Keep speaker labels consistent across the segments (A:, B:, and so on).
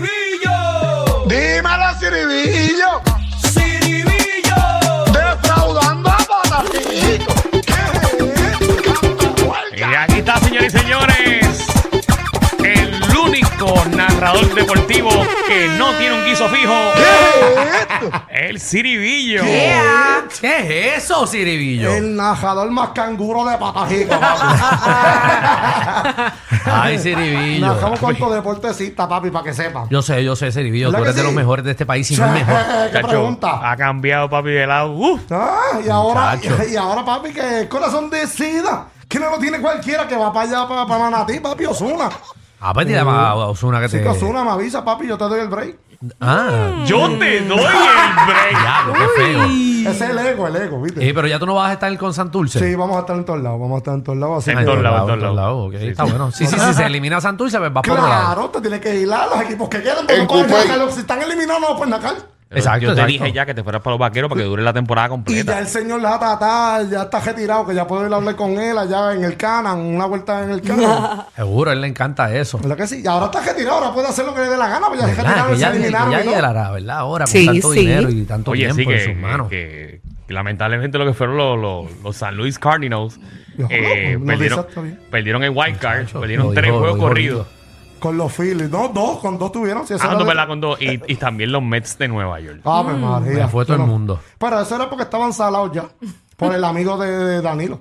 A: Ciribillo.
B: Dímelo, Ciribillo.
A: Ciribillo.
B: Defraudando a Patacito.
C: Y aquí está, señores y señores, el único narrador deportivo que no tiene un guiso fijo, el Ciribillo.
D: ¿Qué es eso, Ciribillo?
B: El najador más canguro de Patajico, papi.
D: Ay, Ciribillo.
B: Najamos con tu deportecita, papi, para que sepan.
D: Yo sé, yo sé, Ciribillo. Tú
B: ¿Verdad
D: eres
B: que
D: de los
B: sí?
D: mejores de este país, si no el mejor.
B: ¿Qué
C: Chacho,
B: pregunta?
C: Ha cambiado, papi, de lado. Uh, Uf.
B: Ah, y ahora,
D: Muchacho.
B: y ahora, papi, que el corazón decida. Que no lo tiene cualquiera que va para allá, para, para Manatí, papi, Osuna.
D: Ah, pues tira más a Osuna que
B: Si
D: te.
B: que Osuna me avisa, papi, yo te doy el break.
D: Ah,
C: Yo te doy el break.
D: diablo, qué feo.
B: Ese es el ego, el ego, ¿viste?
D: Eh, pero ya tú no vas a estar con Santurce. Ah,
B: Sí, vamos a estar en todos lados, vamos a estar en todos lados. así
C: En
B: que-
C: todos lados. en
D: todos lados, ok, Está bueno. Sí, sí, sí, se elimina Santurce, pues vas por otro lado.
B: Claro, te tienes que ir a los equipos que quedan, pero
E: En
B: no puedes
E: Cupey.
B: sacarlos. Si están eliminados, no pues pueden sacar.
D: Exacto,
C: Yo te
D: exacto.
C: dije ya que te fueras para los vaqueros para que dure la temporada
B: Y ya
C: completa.
B: el señor Latatá ya está retirado, que ya puedo ir a hablar con él allá en el Canan, una vuelta en el Canan.
D: Seguro, a él le encanta eso.
B: ¿Verdad que sí? Y ahora está retirado, ahora puede hacer lo que le dé la gana, pues ya se
D: ¿Verdad?
B: retiraron
D: Que
B: y se
D: ya, que
B: eliminaron.
D: ya
B: y todo.
D: llegará, ¿verdad? Ahora, con
F: Sí,
D: tanto
F: sí.
D: dinero y tanto
C: Oye, sí
D: tiempo
C: que,
D: en sus manos.
C: que- que lamentablemente lo que fueron los, los- los San Luis Cardinals
B: Yo,
C: eh,
B: no, no
C: perdieron,
B: dices, pues, está bien.
C: perdieron el wild card,
D: Muchacho,
C: perdieron
D: lo
C: tres
D: dijo,
C: juegos
D: lo dijo
C: corridos.
B: Con los Phillies, no, dos, con dos tuvieron. Si eso
C: Ah,
B: era
C: no,
B: de-
C: ¿verdad? Con dos. Y, y también los Mets de Nueva York.
B: Ave María.
D: Me fue todo el
B: Bueno,
D: mundo.
B: Pero eso era porque estaban salados ya, por el amigo de, de Danilo.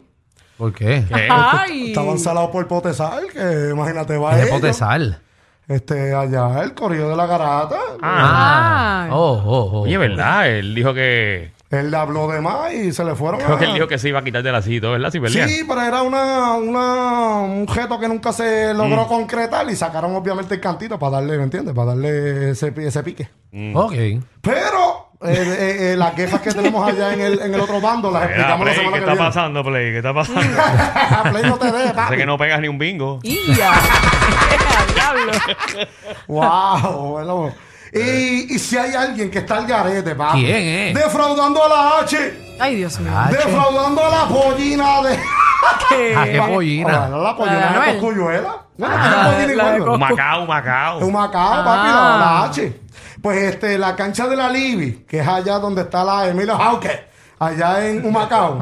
D: ¿Por qué?
C: Eh,
F: Ay.
B: Estaban salados por Potesal, que imagínate, va
D: Es
B: ellos.
D: potesal.
B: Este, allá, el corrido de la garata.
C: ah,
F: Ay.
D: Oh, oh, oh.
C: oye, ¿verdad? Él dijo que,
B: Él le habló de más y se le fueron.
C: creo que él
B: a-
C: dijo que se iba a quitar de la silla y todo, ¿verdad? Si perdían.
B: Sí, pero era una, una, un reto que nunca se
C: Mm.
B: logró concretar y sacaron obviamente el cantito para darle, ¿me entiendes? Para darle ese, pi- ese pique.
D: Ok.
C: mm.
B: Pero eh, eh, eh, las quejas que tenemos allá en el, en el otro bando las
C: Mira,
B: explicamos la
C: Play, ¿qué
B: semana que
C: está
B: viene. Ah.
C: pasando, Play? ¿Qué está pasando?
B: Play no te dé, papi.
C: Sé que no pegas ni un bingo.
F: ¡Ya! ¡Diablo!
B: Wow, bueno.
C: Eh.
B: Y, y si hay alguien que está al garete, papi.
D: ¿Quién es?
B: Defraudando a la H.
F: ¡Ay, Dios mío!
D: Ah, che.
B: Defraudando a la pollina de.
D: Ah, qué pollina.
B: Bueno, la pollina
F: La de
B: de
F: Anuel.
B: Coscuyuela. Bueno,
F: Ah,
B: que es
F: la de Ah.
B: pollina igual.
C: Macao,
B: Un
C: Macao.
B: Macao, papi, la, la H. Pues este, la cancha de la Libi, que es allá donde está la Emilio Hauke, allá en Humacao.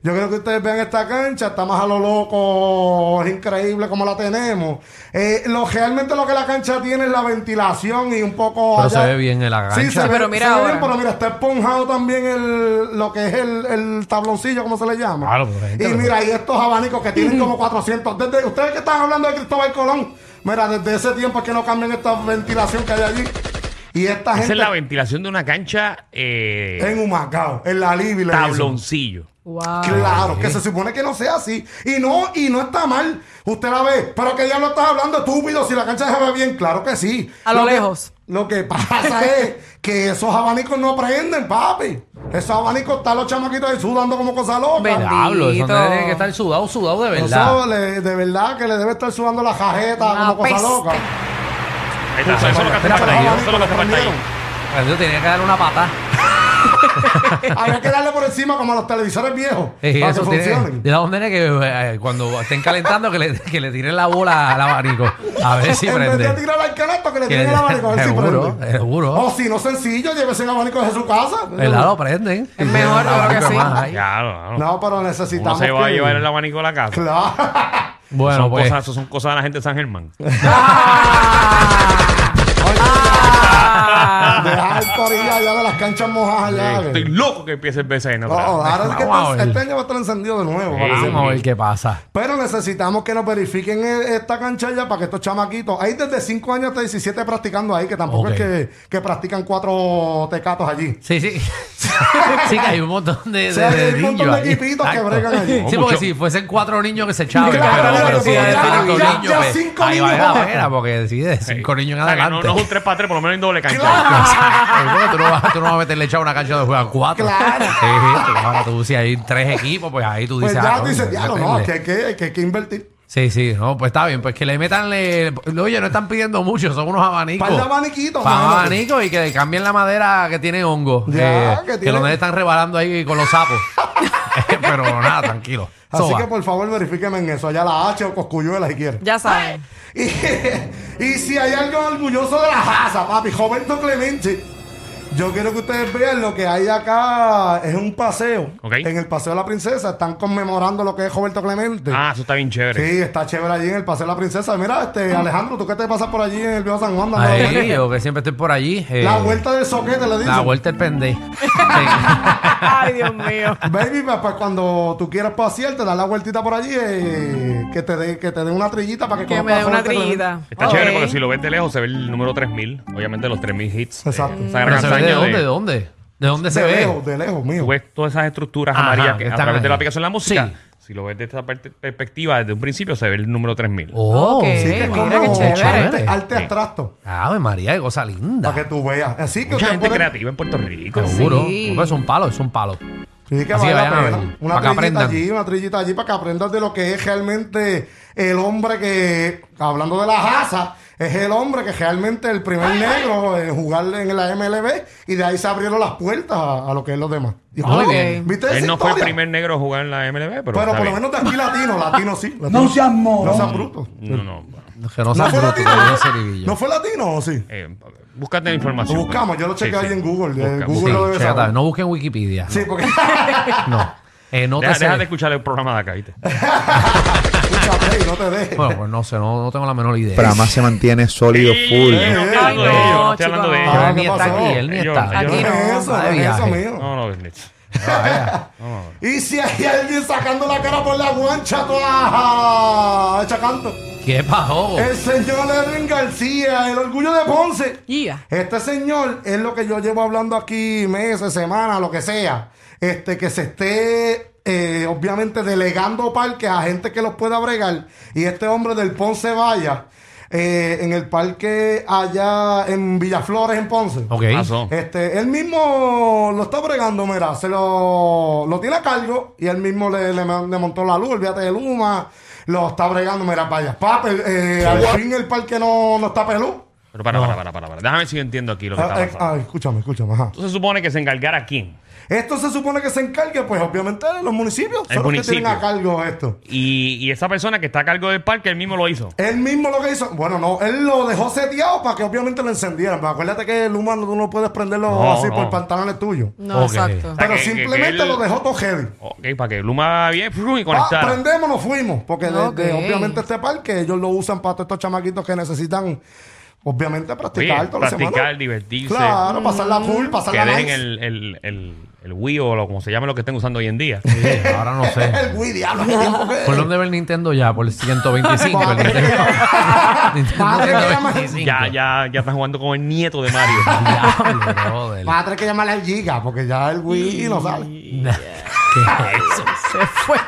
B: Yo creo que ustedes vean esta cancha, está más a lo loco, es increíble como la tenemos. Eh, lo realmente lo que la cancha tiene es la ventilación y un poco.
D: Pero
B: allá-
D: se ve bien en la
B: Sí, se
D: cancha.
B: ve,
F: Pero mira
B: se ve bien,
F: ahora.
B: pero mira, está esponjado también el, lo que es el, el tabloncillo, ¿cómo se le llama?
D: Claro, pero la gente
B: y
D: lo-
B: mira, y estos abanicos que tienen como 400. Desde, ustedes que están hablando de Cristóbal Colón, mira, desde ese tiempo es que no cambian esta ventilación que hay allí. Y esta
C: Esa
B: gente
C: es la ventilación de una cancha eh,
B: en Humacao, en la Libi. le dicen.
C: tabloncillo.
F: ¡Wow!
B: Claro, que se supone que no sea así. Y no, y no está mal. Usted la ve, pero que ya lo estás hablando estúpido si la cancha se ve bien, claro que sí.
F: A lo
B: que-
F: lejos.
B: lo que pasa es que esos abanicos no prenden, papi. Esos abanicos están los chamaquitos ahí sudando como cosa loca.
F: Ven.
D: Diablo, eso
F: Bendito.
D: tiene que estar sudado, sudado de verdad.
B: Eso le- de verdad que le debe estar sudando la jajeta
F: Una
B: como cosa
F: peste.
B: loca.
C: Ahí está, Eso es lo que hace
D: Espera,
C: falta ahí.
B: espera,
C: Eso es lo que hace falta ahí.
D: Yo tenía que dar una pata.
B: Había que darle por encima como a los televisores viejos.
D: Eh,
B: para
D: eso
B: que
D: tiene,
B: funcionen.
D: de la nene que eh, cuando estén calentando que le, que le tiren la bola al abanico. A ver si
B: en vez de
D: prende.
B: tirar al canasto, que le
D: Que
B: tiren
D: le-
B: el abanico, a ver si
D: Seguro, eh,
B: prende.
D: seguro.
B: O si no, sencillo, llévese el abanico desde su casa.
D: ¿Verdad? Lo prenden.
F: Es mejor,
D: Un
F: yo creo que
D: abanico
F: sí.
D: más ahí.
C: Claro, claro.
B: No, pero
C: Uno
B: necesitamos.
C: se va a
B: que-
C: llevar el abanico a la casa.
B: Claro.
D: Bueno,
C: son
D: pues.
C: cosas, eso son cosas de la gente de San Germán.
F: Ah.
B: Dejar el corillo allá de las canchas mojadas allá.
C: Estoy
B: que-
C: loco que empiece el BCN.
B: No,
C: otra vez.
B: ahora es que
D: Vamos a
B: este,
D: ver.
B: este año va a estar encendido de nuevo. parece.
D: Vamos a ver qué pasa.
B: Pero necesitamos que nos verifiquen e- esta cancha ya para que estos chamaquitos. Hay desde 5 años hasta 17 practicando ahí, que tampoco
D: Ok.
B: es que, que practican cuatro tecatos allí.
D: Sí, sí. sí, que hay un montón de, de,
B: O sea,
D: de
B: hay un montón
D: niños
B: de
D: ahí.
B: equipitos que
D: Exacto.
B: bregan allí.
D: Sí,
C: No,
D: porque
C: mucho.
D: si fuesen cuatro niños que se echaban,
B: Claro,
D: pero,
B: claro,
D: pero si
B: ya,
D: hay cinco
B: ya,
D: niños,
B: ya
D: pues,
B: cinco
D: ahí vale
B: niños.
D: la pena, porque si de cinco niños en
C: O sea, que no,
D: adelante.
C: no es un 3x3, por lo menos en doble cancha.
D: Porque tú no vas, tú no vas a meterle echado a una cancha de juego a cuatro.
B: Claro.
D: Sí, tú vas a- tú, si hay tres equipos, pues ahí tú
B: Pues
D: dices.
B: ya
D: ah,
B: tú dices,
D: coño,
B: diablo, no,
D: métele".
B: que hay que, que, hay que invertir.
D: Sí, sí, no, pues está bien, pues que le metan, le- oye, no están pidiendo mucho, son unos abanicos.
B: Par de abaniquitos,
D: Par de
B: mano.
D: abanicos y que le cambien la madera que tiene hongo.
B: Ya,
D: eh,
B: que
D: que
B: tiene-
D: los nenes están rebalando ahí con los sapos. Eh, Pero nada, tranquilo.
B: Así
D: Eso va.
B: que pues, por favor verifíqueme en eso. Allá la H o Coscuyuela si quiere.
F: Ya saben.
B: Y, y si hay algo orgulloso de la raza, papi, Roberto Clemente. Yo quiero que ustedes vean lo que hay acá. Es un paseo.
C: Ok.
B: En el Paseo de la Princesa están conmemorando lo que es Roberto Clemente.
C: Ah, eso está bien chévere.
B: Sí, está chévere allí en el Paseo de la Princesa. Mira, este Alejandro, ¿tú qué te pasas por allí en el Viejo San Juan? dando la vuelta?
D: Ahí, yo que siempre estoy por allí. eh,
B: La vuelta del soquete, le dicen.
D: La vuelta del pendejo.
F: Ay, Dios mío.
B: Baby, pa- pa- cuando tú quieras pasear, te das la vueltita por allí, eh, que te dé que te dé una trillita para que
F: Que me
B: conozcas
F: dé una
B: a Roberto Clemente.
F: trillita.
C: Está
F: Ok.
C: chévere porque si lo ves de lejos se ve el número 3000. Obviamente los 3000 hits.
B: Exacto.
C: Esa gran
D: Pero se ve de
C: hazaña
D: dónde, de dónde. ¿De dónde se
B: de
D: ve?
B: lejos, de lejos, mío.
C: Tú ves todas esas estructuras
D: Ajá,
C: amarillas que
D: que
C: a
D: están
C: través de
D: ahí.
C: la aplicación de la música.
D: Sí.
C: Si lo ves de esta per- perspectiva, desde un principio se ve el número 3000.
D: Oh,
F: Ok.
B: Sí, que es
F: Mira
B: como este
F: qué chévere.
B: arte, arte
C: Sí.
B: abstracto,
D: Ave María, qué cosa linda.
B: para que tú veas. Así que
C: Mucha
B: ustedes
C: gente
B: pueden-
C: creativa en Puerto Rico.
D: Seguro.
F: Sí.
D: No, pero es un palo, es un palo.
B: Sí, que
D: Así que
B: vale la
D: vayan a
B: pena.
D: ver,
B: Una
D: para que
B: trillita
D: aprendan.
B: allí, una trillita allí para que aprendas de lo que es realmente el hombre que, hablando de la raza, es el hombre que realmente el primer negro en jugarle en la MLB y de ahí se abrieron las puertas a, a lo que es los demás. Y
D: Muy
B: joder,
D: bien.
B: ¿Viste esa
C: Él no fue el
B: historia?
C: primer negro a jugar en la MLB, pero.
B: Pero
C: está
B: por lo
C: bien.
B: menos de aquí latino, latino sí. No seas No seas bruto.
C: No, no. bueno.
D: Que no
B: ¿No
D: sean
B: fue
D: brutos,
B: latino?
D: que yo no sé vivillo.
B: ¿No fue latino o sí?
C: Eh, búscate la información.
B: Lo buscamos, yo lo chequé ahí en Google, eh,
C: Busca,
B: Google
D: Sí,
C: busca.
B: lo debe
D: chécate,
B: saber.
D: no busquen Wikipedia.
B: Sí, porque...
D: No. Eh, no te
C: Deja,
D: sé-
C: deja de escuchar el programa de acá, ¿viste?
B: Escucha, Play, no te dejes.
D: Bueno, pues no sé, no, no tengo la menor idea.
E: Prama se mantiene sólido, full.
C: Eh, no estoy
B: Ay,
C: hablando de
B: no,
C: ellos, no estoy hablando de
F: chico,
D: Pero
B: Ah,
C: ellos.
D: él ni
B: ¿qué
D: está
B: pasó?
D: aquí,
C: Ellos-
D: él ni está.
C: ellos-
F: Aquí
B: No,
F: no.
B: es eso,
D: va de
B: no es eso
D: viaje.
B: mío.
C: No, no, Snitch.
B: Y si hay alguien sacando la cara por la guancha, toda hecha canto.
D: ¿Qué pasó?
B: El señor Edwin García, el orgullo de Ponce.
F: Ya.
B: Este señor es lo que yo llevo hablando aquí meses, semanas, lo que sea. Este, que se esté, eh, obviamente, delegando parques a gente que los pueda bregar. Y este hombre del Ponce Vaya, eh, en el parque allá en Villaflores, en Ponce.
D: Ok.
C: Pasó.
B: Este, él mismo lo está bregando, mira, se lo, lo tiene a cargo y él mismo le, le, ma- le montó la luz, olvídate de Luma, lo está bregando, mira, vaya, papi, eh, al fin el parque no, no está pelú.
C: Pero para, para, para, para, para. Déjame ver si yo entiendo aquí lo que está
B: Ah, eh,
C: pasando.
B: ah, escúchame, escúchame, ajá.
C: Entonces supone que se encargara quién.
B: Esto se supone que se encargue, pues obviamente de los municipios,
C: El
B: son los que
C: municipio.
B: tienen a cargo esto.
C: Y, y esa persona que está a cargo del parque, él mismo lo hizo.
B: Él mismo lo que hizo, bueno, no, él lo dejó seteado para que obviamente lo encendieran, pero acuérdate que Luma no- tú no puedes prenderlo
C: No,
B: así
C: no.
B: por pantalones tuyos.
F: No,
D: Ok.
F: exacto.
B: Pero
C: que- que- que
B: simplemente
C: él-
B: lo dejó todo heavy.
C: Ok, para que Luma bien y
B: Ah,
C: conectara.
B: prendemos, nos fuimos. Porque de- de-
F: Ok.
B: obviamente este parque ellos lo usan para todos estos chamaquitos que necesitan, obviamente, practicar
C: Oye,
B: toda la
C: practicar,
B: semana.
C: divertirse.
B: Claro, pasar la
F: Mm.
B: cool, pasar
C: que
B: la
C: dejen
B: nice.
C: el, el, el, el Wii o lo, como se llame lo que estén usando hoy en día.
D: Sí, ahora no sé.
B: El Wii, diablo, qué tiempo que-
D: ¿Por dónde ve el Nintendo ya? Por el 125. el
B: Madre
D: Nintendo, Nintendo
B: Madre que llama-
D: 125.
C: ya, ya, ya están jugando con el nieto de Mario.
D: Diablo, brother.
B: Va a tener que llamarle al Giga, porque ya el Wii no sale.
F: Se fue.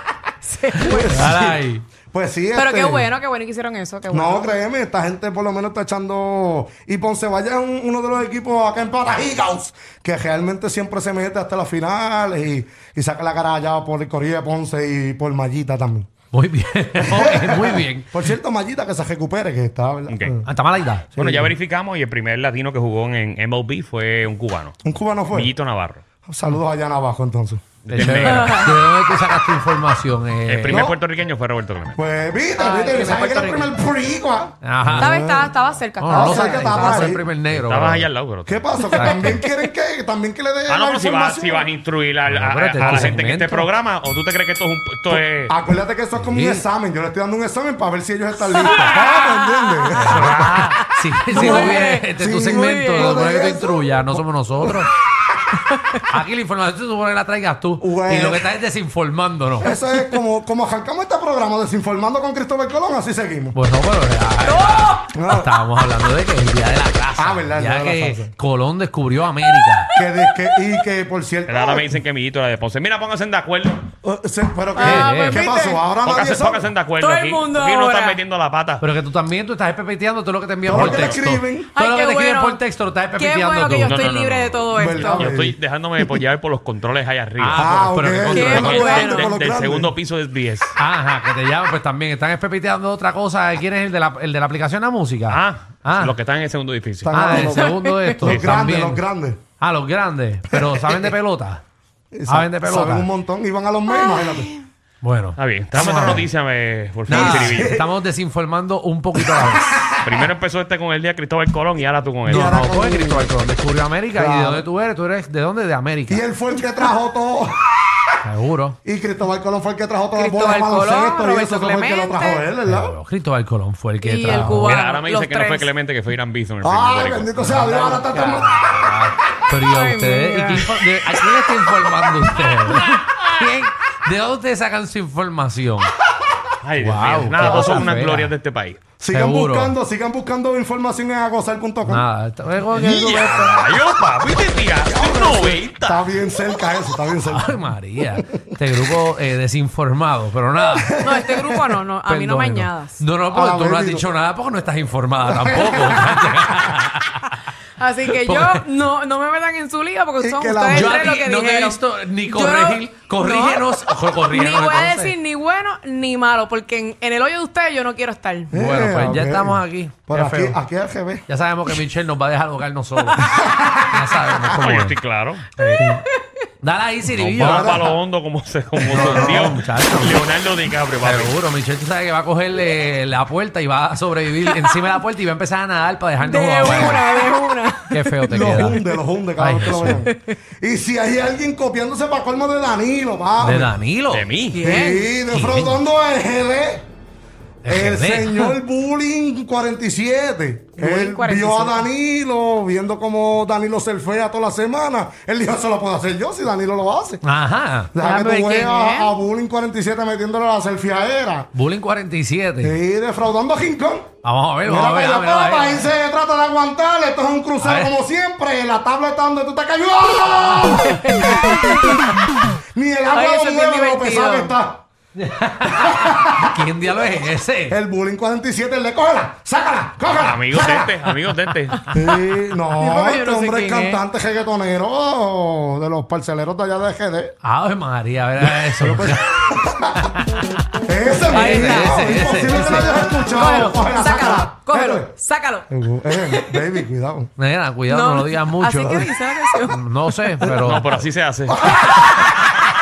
F: Se fue.
D: Caray.
B: Pues sí,
F: Pero
B: este-
F: qué bueno, qué bueno que hicieron eso. Qué bueno.
B: No, créeme, esta gente por lo menos está echando. Y Ponce Valle es un- uno de los equipos acá en Parajigaos que realmente siempre se mete hasta las finales y, y saca la cara allá por el Corriere de Ponce y por Mallita también.
D: Muy bien. Ok, muy bien.
B: Por cierto, Mallita que se recupere, que está. ¿verdad?
C: Ok.
B: Eh,
D: Ah, Está mala idea.
C: Bueno, ya verificamos y el primer latino que jugó en MLB fue un cubano.
B: Un cubano fue.
C: Villito Navarro.
B: Saludos allá en abajo, entonces.
D: De hecho, ¿De dónde tú sacaste información? eh?
C: El primer
B: No.
C: puertorriqueño fue Roberto Clemente.
B: Pues viste,
F: Ay,
B: viste,
F: que me
B: sabes que era el
F: Puerto
B: primer purico, ah?
D: Ajá.
F: Estaba, estaba, estaba cerca.
D: No,
F: estaba
D: no lo
B: sé qué
D: sacaste.
F: cerca.
B: estaba
D: Estaba
B: por
F: ¿eh?
B: ahí.
D: el primer negro.
C: Estabas
D: brother.
C: allá al lado, pero.
B: ¿Qué pasa? Que también quieren que, también que le den.
C: Ah, no,
B: la
C: pero si vas,
B: información.
C: si vas a instruir al- a,
D: No, pero
C: a-
D: este
C: a
D: es tu
C: la gente en
D: segmento.
C: este programa, o tú te crees que esto es un. Esto es.
B: Acuérdate que eso es como
D: Sí.
B: un examen. Yo le estoy dando un examen para ver si ellos están listos. Ah,
D: Ah, sí, sí,
F: Muy
D: muy
F: bien.
D: bien. Este es tu
B: Sí,
F: muy
D: segmento.
F: bien.
D: Se supone que tú
B: Eso.
D: intruyas, no somos nosotros. Aquí la información se supone que la traigas tú.
B: Bueno.
D: Y lo que estás es desinformándonos.
B: ¿me entiendes? Eso es como, como arrancamos este programa desinformando con Cristóbal Colón, así seguimos.
D: Pues no, pero.
B: No.
D: ah, Estábamos hablando de que el día de la raza.
B: Ah, verdad, el
D: Ya
B: día de la
D: que
B: raza.
D: Colón descubrió América.
B: Que de- que- y que, por cierto.
C: Pero ahora me dicen que Millito era de Ponce. Mira, pónganse de acuerdo.
B: O- se- pero ¿qué,
F: Ah,
D: pues
B: ¿qué
F: viste.
B: pasó? Ahora
C: Pocas
B: nadie
C: se
B: sabe.
C: pocas se de acuerdo
F: Todo el
C: aquí.
F: mundo
C: aquí no
F: ahora.
C: están metiendo la pata.
D: Pero que tú también, tú estás pepeteando todo lo que te envían
B: Todo
D: por
B: lo que te
D: texto.
B: escriben.
D: Todo
F: Ay,
D: lo que
F: qué
D: te escriben
F: bueno.
D: por texto lo estás
F: Qué
D: pepeteando
F: bueno que yo
D: tú.
C: No,
F: estoy
C: no, no,
F: libre
C: no.
F: de todo esto.
B: ¿Verdad?
C: Yo
B: Ay.
C: estoy dejándome apoyar por los controles ahí arriba.
D: Ah,
B: Ah,
D: pero qué
B: ok.
D: control.
F: Qué
C: Por los
F: bueno.
C: del- del,
B: Por los
C: del
B: grandes.
C: segundo piso es 10.
D: Ajá, que te llaman, pues también están espepeteando otra cosa. ¿Quién es el de la, el de la aplicación a música?
C: Ah,
D: ah,
C: los que están en el segundo edificio.
D: ah, del
B: Los-
D: segundo de estos.
B: Los grandes,
D: también.
B: los grandes.
D: Ah, los grandes. Pero saben de pelota. saben de pelota.
B: Saben un montón. Iban a los medios, imagínate.
D: Bueno.
C: Está bien. Dame otra noticia, me, por favor,
D: Nada,
C: Siribillo.
D: estamos desinformando un poquito a la vez.
C: Primero empezó este con el día de Cristóbal Colón y ahora tú con él.
B: Y
D: No,
B: ahora
D: no,
B: con-
D: fue Cristóbal Colón. Descubrió América y de
B: Claro.
D: dónde tú eres, tú eres de dónde? De América.
B: Y él fue el que trajo todo.
D: Seguro.
B: Y Cristóbal Colón fue el que trajo todas las bolas de
F: Cristóbal
B: baloncesto.
F: Colón,
B: Y eso fue el que lo
F: Roberto
B: trajo él, ¿verdad?
D: Pero Cristóbal Colón fue el que
F: Y el
D: trajo.
F: cubano.
C: Mira, ahora me dice
F: Los
C: que no fue
F: tres.
C: Clemente, que fue Irán Bison. el
B: Ay,
C: filme histórico.
B: bendito sea Dios. Ahora está todo el mundo-
D: Pero ¿y a
F: Ay,
D: ustedes? ¿Y
F: mira.
D: qué info- de- ¿A quién le está informando ustedes? ¿Quién- ¿De dónde sacan su información?
C: Ay, Dios
D: Wow,
C: mío. Nada,
D: qué
C: todos son
D: cosa
C: unas
D: fea.
C: glorias de este país.
B: Sigan
D: Seguro.
B: buscando, sigan buscando información en agosar.com.
D: Nada. esto- es como que-
C: Y ya, yo, oh, papi, te tiraste 90.
B: Está bien cerca eso, está bien cerca.
D: Ay, María. Este grupo eh, desinformado, pero nada.
F: No, este grupo no, no. A mí no me
D: Perdónenos.
F: añadas.
D: No, no, porque
B: Ah,
D: tú no has
B: bendito.
D: dicho nada porque no estás informada tampoco.
F: Así que yo
D: Porque-
F: no, no me metan en su liga porque
B: Es
F: son
B: que la-
F: ustedes
D: Yo a
F: tres
D: ti
F: lo que
D: no te he
F: dijeron.
D: visto ni corregir.
F: Yo-
D: corrígenos.
F: no.
D: jo- corrígenos,
F: Ni voy a
D: entonces.
F: decir ni bueno ni malo, porque en, en el hoyo de ustedes yo no quiero estar.
D: Bueno, pues ya
B: Eh, ok.
D: estamos aquí.
B: Pero
D: Qué
B: aquí,
D: feo.
B: aquí es GB.
D: Ya sabemos que Michelle nos va a dejar ahogarnos solos. ya sabemos cómo
C: Oye,
D: es.
C: estoy claro.
D: Dale ahí, Siribillo.
C: Vamos para lo hondo como se como
D: No, no,
C: sonrió
D: muchacho.
C: Leonardo DiCaprio, papi.
D: Seguro, Michelle, tú sabes que va a cogerle la puerta y va a sobrevivir encima de la puerta y va a empezar a nadar para
F: De
D: dejarnos ahogar.
F: una, de una.
D: Qué feo te
B: Los
D: queda.
B: hunde, los hunde cada
D: Ay,
B: vez que lo
D: Jesús.
B: vean. Y si hay alguien copiándose para colmo de Danilo, va.
D: De Danilo.
C: De mí.
B: Sí,
D: ¿Quién?
B: defraudando el GD.
D: De
B: El
D: GD.
B: señor Bullying 47. Él
F: 47.
B: vio a Danilo, viendo cómo Danilo surfea toda la semana. Él dijo, eso lo puedo hacer yo si Danilo lo hace.
D: Ajá.
F: Ah,
B: Déjame
F: pero
B: que tú
F: ¿quién
B: veas
F: es?
B: a, a Bullying 47 metiéndole la selfieadera.
D: Bullying 47.
B: Y defraudando a King Kong.
D: Vamos a ver,
B: Mira
D: vamos a
B: para allá,
D: ver. vamos a
B: para
D: ver,
B: para ahí
D: vamos a ver.
B: se trata de aguantar. Esto es un
D: A
B: crucero
D: ver.
B: como siempre. La tabla está donde tú te cayó. ¡Ah! Ni el agua
F: Ay, eso
B: lo
F: es bien
B: mueve lo
F: divertido.
B: pesado que está.
D: ¿Quién diablo es ese?
B: El bullying 47 le cógela, sácala, cógela.
C: Amigos de
B: sácala.
C: este, amigos de este.
B: Sí, no,
F: Yo
B: este
F: no sé
B: hombre es
F: quién es.
B: cantante reggaetonero de los parceleros de allá de GD.
D: Ave María, a ver a eso.
B: Ese
F: Ahí
B: mismo,
F: está, ese,
B: imposible
D: ese,
B: que lo hayas
D: ese.
B: escuchado.
F: Cógelo,
B: Cógela,
F: sácalo,
B: sácala.
F: cógelo, sácalo.
B: Eh, eh, baby, cuidado.
D: Nena, cuidado, no, lo digas mucho.
F: Así que dice la canción.
D: No sé, pero.
C: No, pero así se hace.